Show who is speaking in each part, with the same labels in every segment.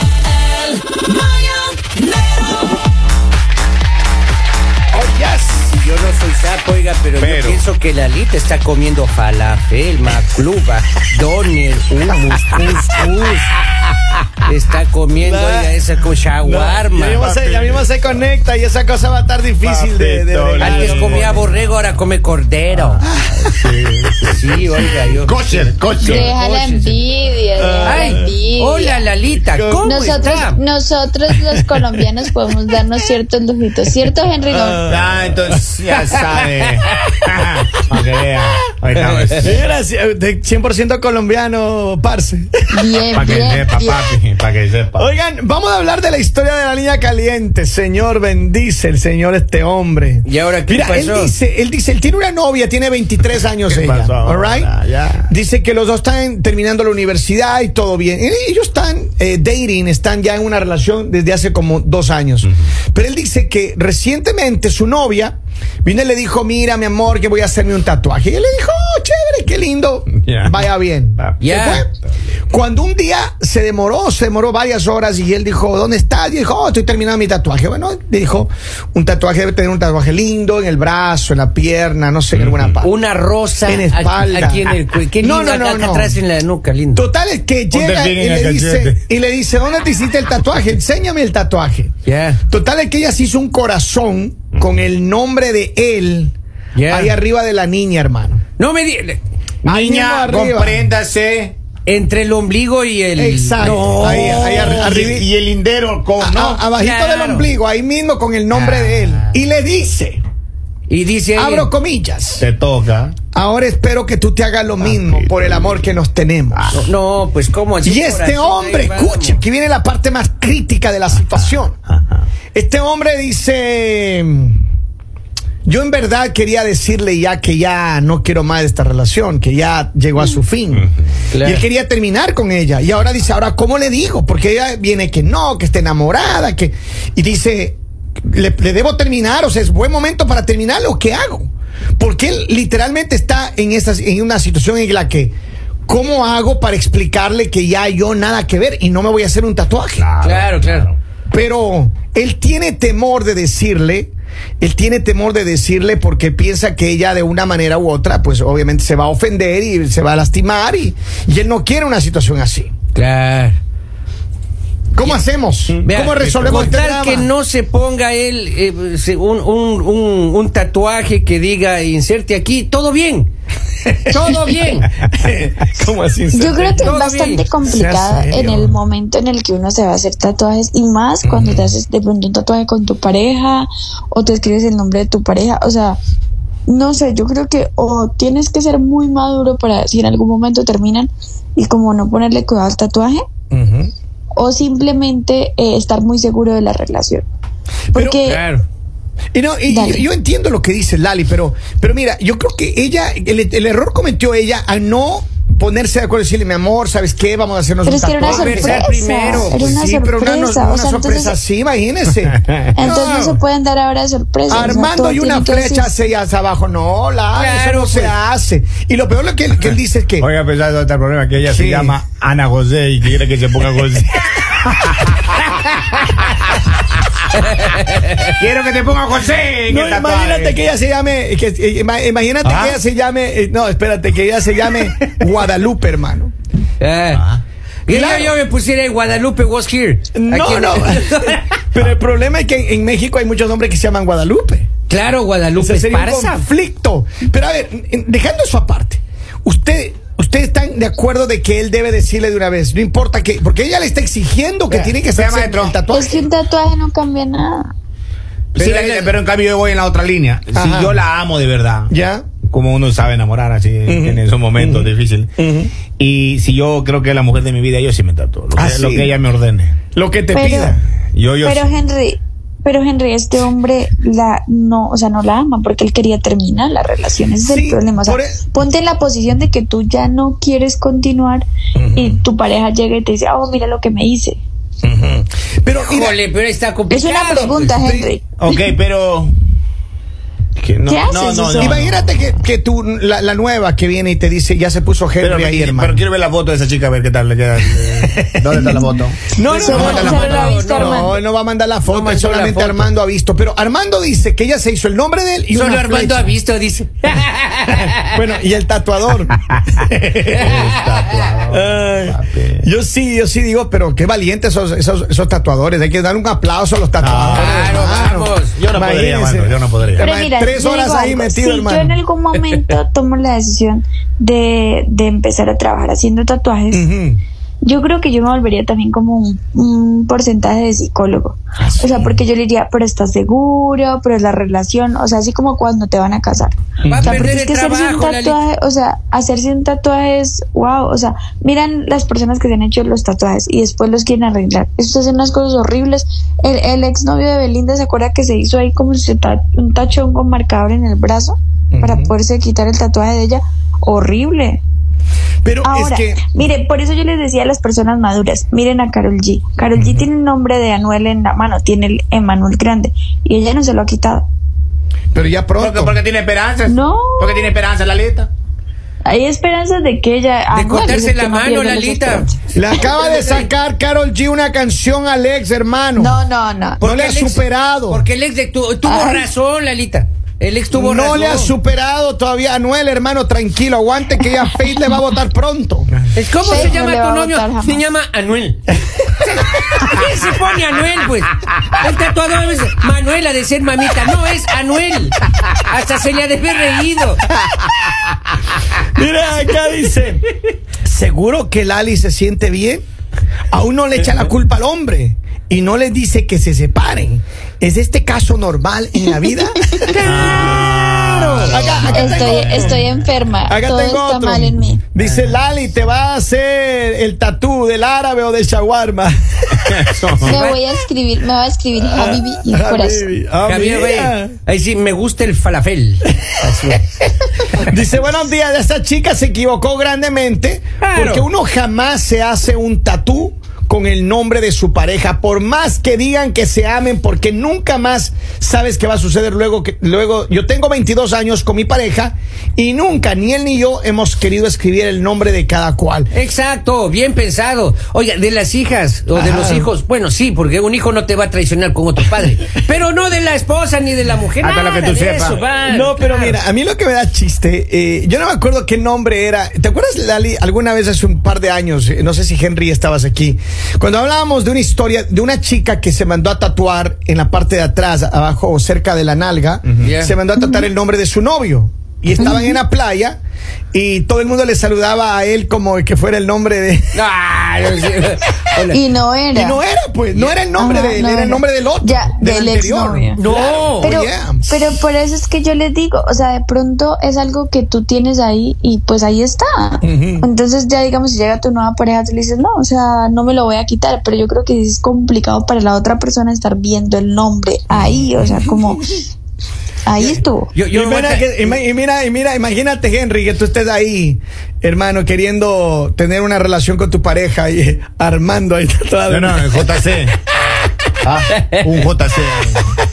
Speaker 1: Oh,
Speaker 2: pero, yo
Speaker 3: Pero-
Speaker 2: pienso que la Lita está comiendo falafel, macluba, doner, hummus, couscous. Está comiendo
Speaker 1: Va.
Speaker 2: oiga, esa con shawarma.
Speaker 1: Ya mismo, se, ya mismo se conecta y esa cosa va a estar difícil de, de
Speaker 3: Papito,
Speaker 1: arreglar.
Speaker 2: Antes
Speaker 3: Ay,
Speaker 2: comía borrego, ahora come cordero. Sí, oiga, yo.
Speaker 3: Kosher, kosher.
Speaker 4: Deja la
Speaker 2: coches.
Speaker 4: envidia, deja la
Speaker 2: Ay,
Speaker 4: envidia.
Speaker 2: hola Lalita, ¿cómo
Speaker 4: Nosotros,
Speaker 2: está?
Speaker 4: nosotros los colombianos podemos darnos ciertos lujitos, ¿cierto, Henry? Gómez?
Speaker 3: Ah, entonces ya sabe. Para que vea. Ahí pues. estamos.
Speaker 1: Mira, si- de 100% colombiano, parce.
Speaker 4: Bien,
Speaker 3: Para que
Speaker 4: bien,
Speaker 3: sepa,
Speaker 4: bien.
Speaker 3: papi. Para que sepa.
Speaker 1: Oigan, vamos a hablar de la historia de la línea caliente. Señor, bendice el Señor este hombre.
Speaker 2: ¿Y ahora qué
Speaker 1: Mira,
Speaker 2: pasó?
Speaker 1: él dice, él dice, él tiene una novia, tiene 23 años
Speaker 3: ¿Qué
Speaker 1: ella,
Speaker 3: pasó
Speaker 1: all right?
Speaker 3: ahora? Ya.
Speaker 1: Dice que los dos están terminando la universidad y todo bien. Eh, Ellos están eh, dating, están ya en una relación desde hace como dos años. Pero él dice que recientemente su novia vino y le dijo, mira, mi amor, que voy a hacerme un tatuaje. Y él le dijo, "Oh, chévere, qué lindo,
Speaker 3: Ya.
Speaker 1: vaya bien.
Speaker 3: Va.
Speaker 1: Se
Speaker 2: Ya.
Speaker 1: fue. Cuando un día se demoró, se demoró varias horas y él dijo, ¿dónde estás? Y dijo, "Oh, estoy terminando mi tatuaje. Bueno, dijo, un tatuaje debe tener un tatuaje lindo en el brazo, en la pierna, no sé, en alguna parte.
Speaker 2: Una rosa
Speaker 1: En espalda.
Speaker 2: aquí, aquí en el cuello. Qué
Speaker 1: No,
Speaker 2: lindo,
Speaker 1: no, no,
Speaker 2: acá, acá
Speaker 1: no.
Speaker 2: atrás en la nuca, lindo.
Speaker 1: Total, es que
Speaker 3: Ponte
Speaker 1: llega
Speaker 3: bien
Speaker 1: y
Speaker 3: en el
Speaker 1: le, dice,
Speaker 3: cachete.
Speaker 1: y le dice, ¿dónde te hiciste el tatuaje? Enséñame el tatuaje.
Speaker 2: Ya.
Speaker 1: Total, es que ella se hizo un corazón con el nombre de él
Speaker 2: Yeah.
Speaker 1: ahí arriba de la niña, hermano.
Speaker 2: No me digas.
Speaker 1: Ahí
Speaker 3: Niña,
Speaker 1: mismo arriba.
Speaker 3: compréndase.
Speaker 2: Entre el ombligo y el.
Speaker 1: Exacto.
Speaker 2: No.
Speaker 1: Ahí, ahí
Speaker 3: Y-
Speaker 1: arri- arriba.
Speaker 3: Oh. Y el Ah, lindero con,
Speaker 1: A-
Speaker 3: ¿no?
Speaker 1: a- abajito del
Speaker 2: Claro.
Speaker 1: ombligo, ahí mismo con el nombre de él.
Speaker 3: Ah.
Speaker 1: Y le dice,
Speaker 2: Y dice. ahí-
Speaker 1: abro comillas,
Speaker 3: Te toca.
Speaker 1: ahora espero que tú te hagas lo mismo por el amor que nos tenemos.
Speaker 2: No, pues cómo así.
Speaker 1: Y este
Speaker 2: corazón,
Speaker 1: hombre,
Speaker 2: ahí va,
Speaker 1: escuche,
Speaker 2: amor.
Speaker 1: que viene la parte más crítica de la situación. Este hombre dice, yo en verdad quería decirle ya que ya no quiero más esta relación, que ya llegó a su fin.
Speaker 2: Claro.
Speaker 1: Y él quería terminar con ella. Y ahora dice, ahora, ¿cómo le digo? Porque ella viene que no, que está enamorada, que... Y dice, ¿le, le debo terminar? O sea, ¿es buen momento para terminar o qué hago? Porque él literalmente está en, esta, en una situación en la que... ¿Cómo hago para explicarle que ya yo nada que ver y no me voy a hacer un tatuaje?
Speaker 2: Claro, claro.
Speaker 1: Pero él tiene temor de decirle, él tiene temor de decirle porque piensa que ella de una manera u otra, pues obviamente se va a ofender y se va a lastimar y, y él no quiere una situación así.
Speaker 2: Claro.
Speaker 1: ¿Cómo hacemos?
Speaker 2: Mm. Vea,
Speaker 1: ¿Cómo resolvemos
Speaker 2: con
Speaker 1: este
Speaker 2: tal
Speaker 1: drama?
Speaker 2: que no se ponga él eh, se- un, un- un- un tatuaje que diga inserte aquí, todo bien. Todo bien.
Speaker 1: ¿Cómo así?
Speaker 4: Yo creo que
Speaker 2: Todo
Speaker 4: es bastante
Speaker 2: bien.
Speaker 4: complicado
Speaker 1: Sea
Speaker 4: en
Speaker 1: serio.
Speaker 4: el momento en el que uno se va a hacer tatuajes y más cuando te haces de pronto un tatuaje con tu pareja o te escribes el nombre de tu pareja. O sea, no sé, yo creo que o tienes que ser muy maduro para si en algún momento terminan y como no ponerle cuidado al tatuaje o simplemente eh, estar muy seguro de la relación. Porque
Speaker 2: Claro.
Speaker 1: Y no, y
Speaker 4: Dale.
Speaker 1: yo, yo entiendo lo que dice Lali, pero, pero mira, yo creo que ella, el, el error cometió ella a no ponerse de acuerdo y decirle, mi amor, ¿sabes qué? Vamos a hacernos
Speaker 4: Pero
Speaker 1: un
Speaker 4: es que era una
Speaker 1: tatuaje".
Speaker 2: Conversar
Speaker 4: sorpresa.
Speaker 2: primero,
Speaker 4: Era
Speaker 1: Pues
Speaker 4: una
Speaker 1: sí, pero
Speaker 4: sorpresa.
Speaker 1: una,
Speaker 4: o
Speaker 1: una
Speaker 4: sea,
Speaker 1: sorpresa
Speaker 4: entonces,
Speaker 1: así, imagínense.
Speaker 4: entonces no.
Speaker 1: No.
Speaker 4: se pueden dar ahora sorpresas. o sea,
Speaker 1: Armando
Speaker 4: todo
Speaker 1: y una
Speaker 4: tiene que
Speaker 1: flecha
Speaker 4: decir-
Speaker 1: hacia, hacia abajo. No, la, eso
Speaker 2: Claro,
Speaker 1: no se
Speaker 2: pues.
Speaker 1: hace. Y lo peor lo que, él- que él dice es que.
Speaker 3: Oiga, pues, pensando otro problema, que ella se
Speaker 1: Sí.
Speaker 3: llama Ana José y quiere que se ponga José. Quiero que te ponga José. en
Speaker 1: No,
Speaker 3: el tatuaje.
Speaker 1: imagínate que ella se llame. que- eh, ima- imagínate
Speaker 3: Ah.
Speaker 1: que ella se llame. eh, No, espérate, que ella se llame Guadalupe, hermano.
Speaker 2: Ah. Y yo-
Speaker 1: Claro.
Speaker 2: yo, me pusiera en Guadalupe was here. Aquí
Speaker 1: No,
Speaker 2: en-
Speaker 1: no. Pero el problema es que en, en México hay muchos hombres que se llaman Guadalupe.
Speaker 2: claro,
Speaker 1: O sea,
Speaker 2: Guadalupe
Speaker 1: sería un
Speaker 2: Esparza.
Speaker 1: conflicto. Pero a ver, en- dejando eso aparte, usted. Ustedes están de acuerdo de que él debe decirle de una vez, no importa que, porque ella le está exigiendo que
Speaker 3: Vea,
Speaker 1: tiene que
Speaker 3: vea,
Speaker 1: ser
Speaker 3: maestro.
Speaker 4: Es Pues que un tatuaje no cambia nada.
Speaker 3: Pero,
Speaker 2: Sí,
Speaker 3: ella-
Speaker 2: la-
Speaker 3: pero en cambio yo voy en la otra línea.
Speaker 1: Ajá.
Speaker 3: Si yo la amo de verdad.
Speaker 1: Ya.
Speaker 3: Como uno sabe enamorar así en esos momentos difíciles. Y si yo creo que es la mujer de mi vida, yo sí me tatúo. Lo, que-
Speaker 1: Ah, sí.
Speaker 3: lo que ella me ordene.
Speaker 1: Lo que te
Speaker 4: Pero-
Speaker 1: pida.
Speaker 3: Yo, yo
Speaker 4: Pero
Speaker 3: sí.
Speaker 4: Henry, pero Henry, este hombre la no, o sea, no la ama porque él quería terminar la relación. Ese es
Speaker 1: Sí,
Speaker 4: el problema. O sea,
Speaker 1: por e-
Speaker 4: ponte en la posición de que tú ya no quieres continuar y tu pareja llega y te dice, oh, mira lo que me hice.
Speaker 1: Pero mira,
Speaker 2: Híjole, pero está
Speaker 4: Es
Speaker 2: complicado.
Speaker 4: una pregunta,
Speaker 1: pues,
Speaker 4: Henry.
Speaker 3: Ok, pero. que no,
Speaker 4: ¿Qué haces,
Speaker 3: no, no,
Speaker 4: o
Speaker 3: no,
Speaker 4: sea?
Speaker 3: no.
Speaker 1: imagínate que, que tú, la, la nueva que viene y te dice, ya se puso Henry
Speaker 3: Pero, me-
Speaker 1: ahí,
Speaker 3: pero
Speaker 1: hermano.
Speaker 3: quiero ver la foto de esa chica, a ver qué tal le queda. eh, ¿Dónde está la foto?
Speaker 1: no,
Speaker 4: Se lo-
Speaker 1: no,
Speaker 4: se lo
Speaker 1: no,
Speaker 4: ha visto
Speaker 1: no,
Speaker 4: Armando.
Speaker 1: no, él no va a mandar la foto,
Speaker 2: mandó
Speaker 1: él solamente
Speaker 2: la foto.
Speaker 1: Armando ha visto. Pero Armando dice que ella se hizo el nombre de él y
Speaker 2: Solo
Speaker 1: una
Speaker 2: Armando ha
Speaker 1: flecha.
Speaker 2: visto, dice.
Speaker 1: Bueno, y el tatuador. Ay, yo sí, yo sí digo, pero qué valientes esos, esos, esos tatuadores. Hay que dar un aplauso a los tatuadores.
Speaker 2: Claro,
Speaker 1: hermano.
Speaker 2: vamos.
Speaker 3: Yo no podría,
Speaker 1: Imagínense.
Speaker 3: mano, yo no podría.
Speaker 1: Te
Speaker 4: Pero
Speaker 1: man-
Speaker 4: mira,
Speaker 1: Tres
Speaker 4: yo
Speaker 1: horas
Speaker 4: digo
Speaker 1: ahí
Speaker 4: algo,
Speaker 1: metido,
Speaker 4: si Yo en
Speaker 1: hermano.
Speaker 4: algún momento tomo la decisión de, de empezar a trabajar haciendo tatuajes.
Speaker 1: Ujú.
Speaker 4: Yo creo que yo me volvería también como un, un porcentaje de psicólogo. O sea, porque yo le diría, pero estás seguro, pero es la relación, o sea, así como cuando te van a casar.
Speaker 2: Va a
Speaker 4: O sea,
Speaker 2: perder
Speaker 4: porque es
Speaker 2: el
Speaker 4: que hacerse un
Speaker 2: trabajo, Lali.
Speaker 4: tatuaje, o sea, hacerse un tatuaje es wow, o sea, miran las personas que se han hecho los tatuajes y después los quieren arreglar. Esto hacen unas cosas horribles. El, el exnovio de Belinda se acuerda que se hizo ahí como si se ta- un tachón con marcador en el brazo para poderse quitar el tatuaje de ella. Horrible.
Speaker 1: Pero
Speaker 4: Ahora,
Speaker 1: es que.
Speaker 4: mire, por eso yo les decía a las personas maduras, miren a Carol G. Carol G tiene el nombre de Anuel en la mano, tiene el Emanuel grande y ella no se lo ha quitado.
Speaker 1: Pero ya
Speaker 3: Porque,
Speaker 1: pronto.
Speaker 3: porque tiene esperanzas.
Speaker 4: No.
Speaker 3: Porque tiene esperanza la lista.
Speaker 4: Hay esperanzas de que ella
Speaker 2: De
Speaker 4: Anuel es
Speaker 2: cortarse
Speaker 4: el que
Speaker 2: la
Speaker 4: Ah, no
Speaker 2: mano,
Speaker 4: pierde las
Speaker 2: Lalita.
Speaker 4: esperanzas.
Speaker 1: Le acaba de sacar Carol G una canción al ex, hermano.
Speaker 4: No, no, no.
Speaker 1: No le ha
Speaker 2: Porque el ex-
Speaker 1: superado.
Speaker 2: Porque el ex de- tu- tuvo
Speaker 4: Ay.
Speaker 2: razón, Lalita. El ex tuvo
Speaker 1: no
Speaker 2: razón.
Speaker 1: le ha superado todavía a Anuel, hermano. Tranquilo, aguante que ya Faith le va a votar pronto.
Speaker 2: ¿Cómo
Speaker 4: Sí,
Speaker 2: se
Speaker 4: no
Speaker 2: llama
Speaker 4: le va
Speaker 2: tu
Speaker 4: a
Speaker 2: novio?
Speaker 4: votar jamás.
Speaker 2: Se llama Anuel. ¿Quién se pone Anuel, pues? El tatuador me dice, Manuel ha de ser mamita. No, es Anuel. Hasta se le ha de haber reído.
Speaker 1: Mira, acá dice. ¿Seguro que Lali se siente bien? Aún no le echa la culpa al hombre y no le dice que se separen. ¿Es este caso normal en la vida? ¡Claro!
Speaker 3: Ah.
Speaker 1: Acá, acá
Speaker 4: Estoy,
Speaker 1: tengo-
Speaker 4: estoy enferma.
Speaker 1: Acá
Speaker 4: Todo
Speaker 1: tengo
Speaker 4: está
Speaker 1: otro.
Speaker 4: mal en mí.
Speaker 1: Dice Lali, te va a hacer el tatú del árabe o del shawarma.
Speaker 4: Me voy a escribir, me va a escribir Habibi y corazón.
Speaker 1: Ah,
Speaker 2: Javier,
Speaker 1: mira.
Speaker 2: güey, ahí sí, me gusta el falafel.
Speaker 1: Dice, buenos días, esa chica se equivocó grandemente
Speaker 2: Claro.
Speaker 1: porque uno jamás se hace un tatú con el nombre de su pareja, por más que digan que se amen, porque nunca más sabes qué va a suceder luego. Que, luego, yo tengo 22 años con mi pareja y nunca, ni él ni yo, hemos querido escribir el nombre de cada cual.
Speaker 2: Exacto, bien pensado. Oiga, de las hijas o de
Speaker 1: Ajá.
Speaker 2: los hijos, bueno, sí, porque un hijo no te va a traicionar con otro padre, pero no de la esposa ni de la mujer.
Speaker 3: Hasta lo
Speaker 2: nada
Speaker 3: que tú
Speaker 2: de
Speaker 3: sepas.
Speaker 2: eso, va,
Speaker 1: No, pero
Speaker 2: claro.
Speaker 1: mira, a mí lo que me da chiste, eh, yo no me acuerdo qué nombre era. ¿Te acuerdas, Lali, alguna vez hace un par de años, eh, no sé si Henry estabas aquí, cuando hablábamos de una historia de una chica que se mandó a tatuar en la parte de atrás, abajo o cerca de la nalga,
Speaker 2: Yeah.
Speaker 1: se mandó a tatuar el nombre de su novio y estaban en la playa y todo el mundo le saludaba a él como que fuera el nombre de
Speaker 2: Ah, no sé. Hola.
Speaker 4: Y no era.
Speaker 1: y no era pues, no era el nombre
Speaker 4: Ajá,
Speaker 1: de él,
Speaker 4: no
Speaker 1: era
Speaker 4: era.
Speaker 1: el nombre del otro,
Speaker 4: Ya,
Speaker 1: del,
Speaker 4: del
Speaker 1: anterior. oh,
Speaker 4: exnovio.
Speaker 2: No.
Speaker 4: Pero,
Speaker 1: yeah.
Speaker 4: pero por eso es que yo les digo, o sea, de pronto es algo que tú tienes ahí y pues ahí está. Entonces ya digamos, si llega tu nueva pareja, tú le dices, no, o sea, no me lo voy a quitar, pero yo creo que es complicado para la otra persona estar viendo el nombre ahí, o sea, como ahí estuvo.
Speaker 2: Yo- yo
Speaker 1: y,
Speaker 2: no voy
Speaker 1: mira
Speaker 2: a-
Speaker 1: que- ima- y mira, y mira, imagínate, Henry, que tú estés ahí, hermano, queriendo tener una relación con tu pareja y eh, Armando ahí tatuado.
Speaker 3: No, no, el JC. Ah, un JC.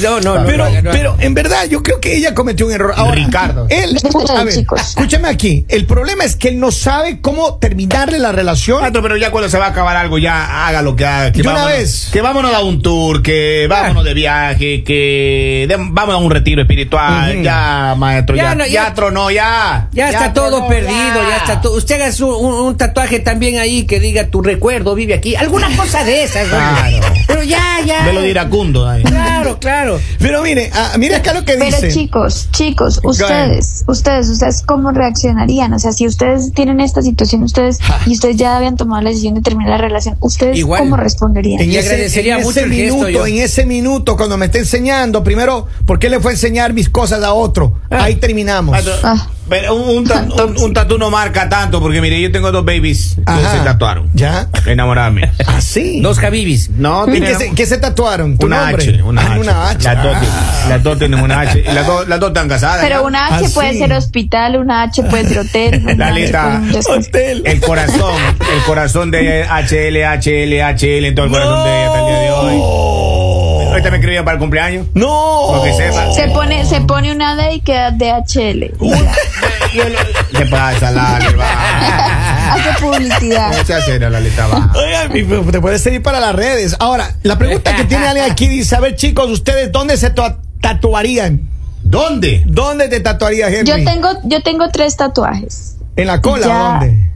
Speaker 2: No, no, no,
Speaker 1: Pero,
Speaker 2: no, no.
Speaker 1: pero en verdad, yo creo que ella cometió un error. Ahora,
Speaker 3: Ricardo.
Speaker 1: Él,
Speaker 4: Escucha,
Speaker 1: a ver,
Speaker 4: chicos.
Speaker 1: escúchame aquí. El problema es que él no sabe cómo terminarle la relación.
Speaker 3: Pato, pero ya cuando se va a acabar algo, ya haga lo que haga. Que
Speaker 1: De una
Speaker 3: vámonos-
Speaker 1: vez.
Speaker 3: Que vámonos a un tour, que vámonos de viaje, que de- vámonos a un retiro espiritual.
Speaker 1: Ujú.
Speaker 3: Ya, maestro,
Speaker 2: Ya
Speaker 3: ya. Ya,
Speaker 2: no, ya-
Speaker 3: tronó, ya.
Speaker 2: Ya, está todo
Speaker 3: tronó,
Speaker 2: perdido,
Speaker 3: ya.
Speaker 2: ya está todo. Usted haga su- un, un tatuaje también ahí que diga tu recuerdo vive aquí. Alguna cosa de esas. ¿no?
Speaker 3: Claro.
Speaker 2: Pero ya, ya.
Speaker 3: Ve lo de iracundo ahí.
Speaker 2: Claro, claro.
Speaker 1: Pero mire, ah, mire acá lo que
Speaker 4: Pero
Speaker 1: dice.
Speaker 4: chicos, chicos, ustedes, ustedes, ustedes, ¿cómo reaccionarían? O sea, si ustedes tienen esta situación, ustedes, y ustedes ya habían tomado la decisión de terminar la relación, ¿ustedes
Speaker 2: Igual.
Speaker 4: cómo responderían?
Speaker 2: Y agradecería mucho el gesto
Speaker 1: minuto,
Speaker 2: yo.
Speaker 1: en ese minuto, cuando me está enseñando, primero, ¿por qué le fue a enseñar mis cosas a otro? Ahí terminamos.
Speaker 3: Pato,
Speaker 4: Ah.
Speaker 3: Pero un, un, ta- un- un tatú no marca tanto, porque mire, yo tengo dos babies
Speaker 1: Ajá.
Speaker 3: que se tatuaron.
Speaker 1: Ya.
Speaker 3: Enamoradas mías.
Speaker 1: Así.
Speaker 2: Dos Javibis.
Speaker 3: No,
Speaker 1: ¿Y
Speaker 3: tiene-
Speaker 1: qué se, qué se tatuaron? ¿Tu
Speaker 3: Una
Speaker 1: nombre?
Speaker 3: H,
Speaker 1: Ah,
Speaker 3: una H.
Speaker 1: una H.
Speaker 3: Las dos,
Speaker 1: Ah.
Speaker 3: tienen- las dos tienen una H. Y Las dos, las dos están casadas.
Speaker 4: Pero
Speaker 3: ¿no?
Speaker 4: una H
Speaker 1: Ah,
Speaker 4: puede
Speaker 1: sí.
Speaker 4: ser hospital, una H puede ser hotel. una
Speaker 3: La
Speaker 4: H
Speaker 3: lista.
Speaker 4: puede ser-
Speaker 1: Hotel.
Speaker 3: El corazón, el corazón de HL, HL, HL, en todo el corazón de ella hasta el día de hoy. Ahorita me escribía para el cumpleaños.
Speaker 1: No.
Speaker 3: Porque sepa.
Speaker 4: Se pone, se pone una D y queda DHL.
Speaker 3: Yo lo- ¿Qué pasa, Lali? Va.
Speaker 4: Ah, Hace publicidad.
Speaker 3: No se hace, no, Lalita, va.
Speaker 1: Oigan, y, pues, Te puedes seguir para las redes. Ahora, la pregunta que tiene alguien aquí dice, a ver chicos, ¿ustedes dónde se ta- tatuarían?
Speaker 3: ¿Dónde?
Speaker 1: ¿Dónde te tatuarías, Henry?
Speaker 4: Yo tengo, yo tengo tres tatuajes.
Speaker 1: ¿En la cola
Speaker 4: Ya.
Speaker 1: o dónde?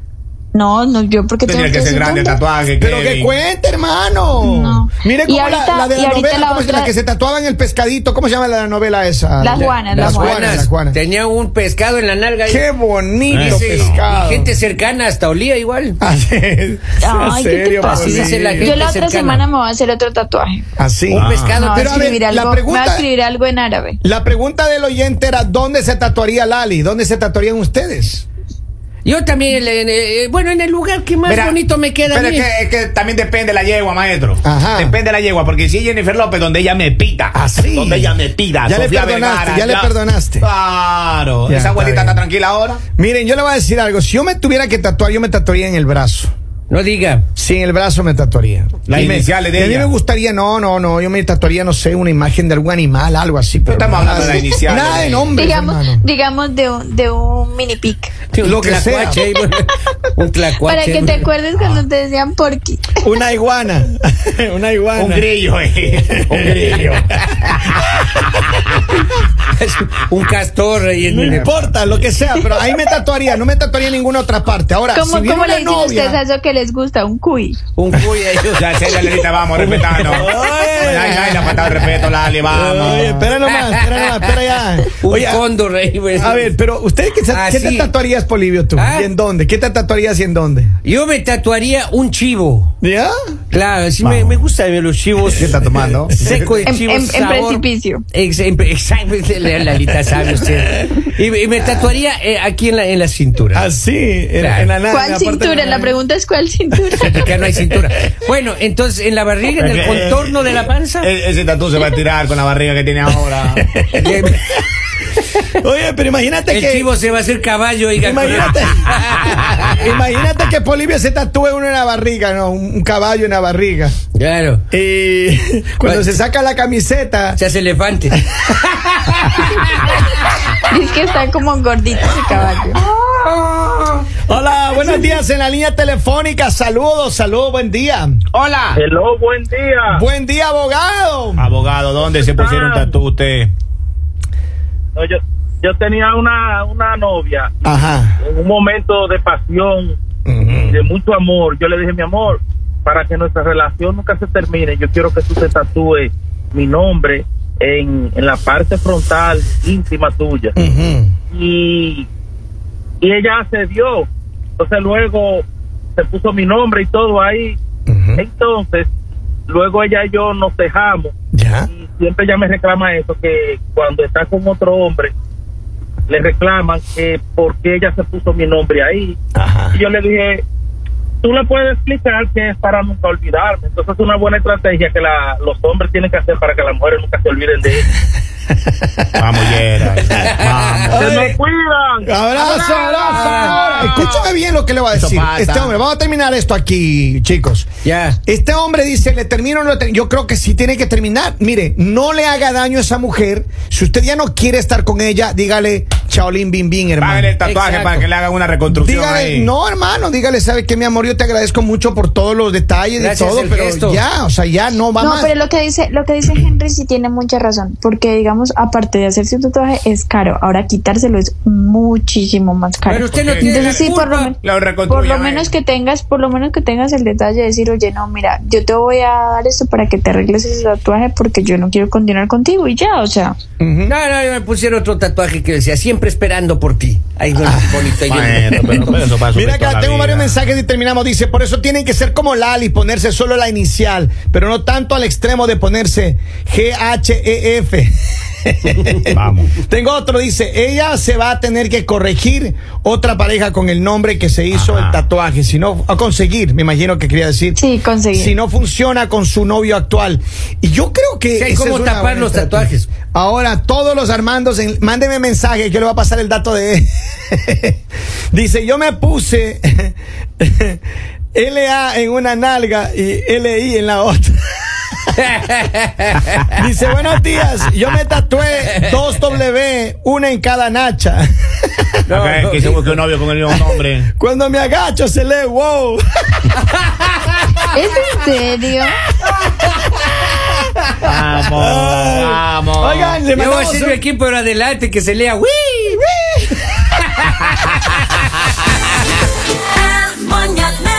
Speaker 4: No, no, yo porque tengo
Speaker 3: Tenía que ser
Speaker 4: decir
Speaker 3: grande el
Speaker 4: dónde.
Speaker 3: tatuaje.
Speaker 1: Pero que
Speaker 3: Kevin.
Speaker 1: cuente, hermano.
Speaker 4: No.
Speaker 1: Mire
Speaker 4: Y
Speaker 1: como
Speaker 4: ahorita-
Speaker 1: la, la de
Speaker 4: y
Speaker 1: la
Speaker 4: ahorita
Speaker 1: novela,
Speaker 4: la
Speaker 1: ¿cómo se llama?
Speaker 4: otra-
Speaker 1: la que se tatuaban el pescadito. ¿Cómo se llama la novela esa?
Speaker 4: Las Juanas,
Speaker 1: Las
Speaker 4: las
Speaker 1: Juanas. Las Juanas.
Speaker 2: Tenía un pescado en la nalga. y-
Speaker 1: Qué bonito
Speaker 3: Ese,
Speaker 1: pescado.
Speaker 2: y gente cercana hasta olía igual.
Speaker 1: Así es.
Speaker 4: Ay, ¿qué te pasa?
Speaker 2: Así dice la gente
Speaker 4: Yo la otra
Speaker 2: cercana.
Speaker 4: semana me voy a hacer otro tatuaje.
Speaker 1: Así.
Speaker 2: Un
Speaker 3: Ah.
Speaker 4: Me
Speaker 2: pescado.
Speaker 4: voy a
Speaker 1: Pero a ver,
Speaker 4: escribir
Speaker 1: la
Speaker 4: algo, me voy a
Speaker 1: pregunta-
Speaker 4: escribir algo en árabe.
Speaker 1: La pregunta del oyente era, ¿dónde se tatuaría Lali? ¿Dónde se tatuarían ustedes?
Speaker 2: Yo también, eh, eh, bueno, en el lugar que más
Speaker 3: Mira,
Speaker 2: Pues bonito me queda. a
Speaker 3: Pero es
Speaker 2: mí.
Speaker 3: que, es que también depende la yegua, maestro.
Speaker 1: Ajá.
Speaker 3: Depende la yegua, porque si es Jennifer López, donde ella me pita.
Speaker 1: Así.
Speaker 3: Donde ella me pita.
Speaker 1: Ya le
Speaker 3: Sofía
Speaker 1: perdonaste,
Speaker 3: Vergara,
Speaker 1: ya le perdonaste.
Speaker 3: Claro.
Speaker 1: Ya,
Speaker 3: Esa
Speaker 1: está
Speaker 3: abuelita
Speaker 1: bien.
Speaker 3: está tranquila ahora.
Speaker 1: Miren, yo le voy a decir algo. Si yo me tuviera que tatuar, yo me tatuaría en el brazo.
Speaker 2: No diga.
Speaker 1: Sí, en el brazo me tatuaría.
Speaker 3: Las
Speaker 1: Y me-
Speaker 3: iniciales de
Speaker 1: y A mí
Speaker 3: ella.
Speaker 1: me gustaría, no, no, no. Yo me tatuaría, no sé, una imagen de algún animal, algo así. Pero
Speaker 3: Estamos hablando de
Speaker 1: nada-
Speaker 3: las iniciales.
Speaker 1: Nada de nombre.
Speaker 4: Digamos, digamos de un, de un mini pic.
Speaker 1: Lo que sea.
Speaker 2: ahí, bueno, un tlacuache.
Speaker 4: Para que te acuerdes cuando te decían porqui.
Speaker 1: Una iguana. una iguana.
Speaker 3: Un grillo, eh. Un grillo.
Speaker 2: Un castor ahí en
Speaker 1: No importa, lo que sea, pero ahí me tatuaría, no me tatuaría en ninguna otra parte. Ahora,
Speaker 4: ¿Cómo,
Speaker 1: Ah, si viene
Speaker 4: cómo
Speaker 1: una
Speaker 4: le dicen
Speaker 1: novia,
Speaker 4: ustedes a eso que les gusta? Un cuy.
Speaker 2: Un cuy ahí.
Speaker 3: Ya sé, Lalita, vamos, respetando. Ay, ay, la falta de respeto, Lali, vamos.
Speaker 1: Oye, espera nomás, espera nomás, espera ya.
Speaker 2: Un
Speaker 1: Oye, a-
Speaker 2: cóndor ahí, pues.
Speaker 1: a ver, pero ¿ustedes qué, se-
Speaker 2: Ah,
Speaker 1: qué te
Speaker 2: sí.
Speaker 1: tatuarías, Polivio, tú?
Speaker 2: Ah.
Speaker 1: ¿Y en dónde? ¿Qué te tatuarías y en dónde?
Speaker 2: Yo me tatuaría un chivo.
Speaker 1: ¿Ya?
Speaker 2: Claro, sí me, me gustan los chivos.
Speaker 3: ¿Qué está tomando?
Speaker 2: Seco de
Speaker 4: En-
Speaker 2: chivo.
Speaker 4: en- en
Speaker 2: sabor.
Speaker 4: precipicio.
Speaker 2: Ex- en pre- Exacto, la- Lalita sabe usted. Y, me- y me tatuaría eh, aquí en la, en la cintura.
Speaker 1: Así, en,
Speaker 2: Claro.
Speaker 1: en la nada. en
Speaker 4: ¿Cuál
Speaker 1: la parte de
Speaker 4: cintura? La
Speaker 1: nada.
Speaker 4: pregunta es ¿cuál cintura?
Speaker 2: Porque no hay cintura. Bueno, entonces en la barriga,
Speaker 3: Eh,
Speaker 2: en el contorno de la panza.
Speaker 3: E- ese tatú se va a tirar con la barriga que tiene ahora.
Speaker 2: eh,
Speaker 1: Oye, pero imagínate
Speaker 2: El
Speaker 1: que.
Speaker 2: chivo se va a hacer caballo, oiga.
Speaker 1: Imagínate, imagínate que Polivio se tatúe uno en la barriga, ¿no? Un, un caballo en la barriga.
Speaker 2: Claro.
Speaker 1: Y cuando se saca la camiseta,
Speaker 2: Se hace elefante.
Speaker 4: Es que están como gorditos de caballo.
Speaker 2: Ah.
Speaker 1: Hola, buenos días en la línea telefónica. Saludos, saludos, buen día.
Speaker 3: Hola.
Speaker 5: Hello, buen día.
Speaker 1: Buen día, abogado.
Speaker 3: Abogado, ¿dónde se pusieron
Speaker 2: Ah.
Speaker 3: tatú usted?
Speaker 5: No, Yo, yo tenía una, una novia
Speaker 1: Ajá.
Speaker 5: en un momento de pasión, de mucho amor. Yo le dije, mi amor, para que nuestra relación nunca se termine, yo quiero que tú te tatúes mi nombre en, en la parte frontal íntima tuya. y, y ella accedió. Entonces luego se puso mi nombre y todo ahí. Entonces, luego ella y yo nos dejamos.
Speaker 1: Ya.
Speaker 5: Y siempre ella me reclama eso, que cuando está con otro hombre, le reclaman que por qué ella se puso mi nombre ahí.
Speaker 1: Ajá.
Speaker 5: Y yo le dije, tú le puedes explicar que es para nunca olvidarme. Entonces es una buena estrategia que la, los hombres tienen que hacer para que las mujeres nunca se olviden de ella.
Speaker 3: Vamos, Yera. Vamos.
Speaker 5: ¡Se me
Speaker 1: Ah,
Speaker 5: cuidan!
Speaker 1: Abrazo, abrazo.
Speaker 2: Ah.
Speaker 1: Escúchame bien lo que le voy a
Speaker 3: Eso
Speaker 1: decir.
Speaker 3: pasa.
Speaker 1: Este hombre, vamos a terminar esto aquí, chicos.
Speaker 2: Ya.
Speaker 1: Este hombre dice, ¿le termino o no le termino? Yo creo que sí tiene que terminar. Mire, no le haga daño a esa mujer. Si usted ya no quiere estar con ella, dígale, chaolín, bin, bin, hermano.
Speaker 3: Págale el tatuaje
Speaker 2: Exacto.
Speaker 3: para que le hagan una reconstrucción
Speaker 1: Dígale,
Speaker 3: ahí.
Speaker 1: no, hermano, dígale, ¿sabe qué, mi amor? Yo te agradezco mucho por todos los detalles y
Speaker 2: Gracias,
Speaker 1: todo,
Speaker 2: el
Speaker 1: pero
Speaker 2: gesto.
Speaker 1: ya, o sea, ya no va
Speaker 4: No,
Speaker 1: más.
Speaker 4: pero lo que dice, lo que dice Henry sí tiene mucha razón, porque digamos, aparte de hacerse un tatuaje es caro, ahora quitárselo es muchísimo más caro.
Speaker 2: Pero usted no
Speaker 3: Ok.
Speaker 2: tiene la
Speaker 4: Entonces sí, por lo
Speaker 2: culpa.
Speaker 4: menos
Speaker 3: Lo
Speaker 4: por
Speaker 3: reconstruyen
Speaker 4: lo
Speaker 3: ahí.
Speaker 4: menos que tengas, por lo menos que tengas el detalle de decir, oye, no, mira, yo te voy a dar esto para que te arregles ese tatuaje porque yo no quiero continuar contigo y ya, o sea,
Speaker 2: No, no, yo me pusieron otro tatuaje que decía, siempre esperando por ti. Ahí no, bonito. ahí viene.
Speaker 3: Maestro, pero pues eso pasa
Speaker 1: Mira
Speaker 3: por toda
Speaker 1: acá,
Speaker 3: la
Speaker 1: tengo
Speaker 3: vida.
Speaker 1: varios mensajes y terminamos. Dice, por eso tienen que ser como Lali, ponerse solo la inicial, pero no tanto al extremo de ponerse G-H-E-F.
Speaker 3: Vamos.
Speaker 1: Tengo otro, dice, ella se va a tener que corregir otra pareja con el nombre que se hizo
Speaker 3: Ajá.
Speaker 1: el tatuaje, si no, a conseguir, me imagino que quería decir.
Speaker 4: sí, conseguir.
Speaker 1: Si no funciona con su novio actual. Y yo creo que.
Speaker 2: Sí, hay
Speaker 1: esa
Speaker 2: cómo
Speaker 1: es una
Speaker 2: tapar
Speaker 1: buena
Speaker 2: los
Speaker 1: estrategia.
Speaker 2: tatuajes.
Speaker 1: Ahora, todos los Armandos, en- mándenme mensaje que le va a pasar el dato de. Dice: Yo me puse LA en una nalga y LI en la otra. Dice, buenos días, yo me tatué dos W, una en cada nacha.
Speaker 2: No,
Speaker 3: Acá
Speaker 2: no,
Speaker 3: que se
Speaker 2: sí.
Speaker 3: busque un novio con el mismo nombre.
Speaker 1: Cuando me agacho se lee wow.
Speaker 4: ¿Es en serio?
Speaker 3: Vamos, vamos.
Speaker 1: Oigan, le
Speaker 2: Yo voy a
Speaker 1: mandamos
Speaker 2: hacer mi
Speaker 1: un-
Speaker 2: equipo por adelante que se lea ¡Wii!
Speaker 6: El mañanero.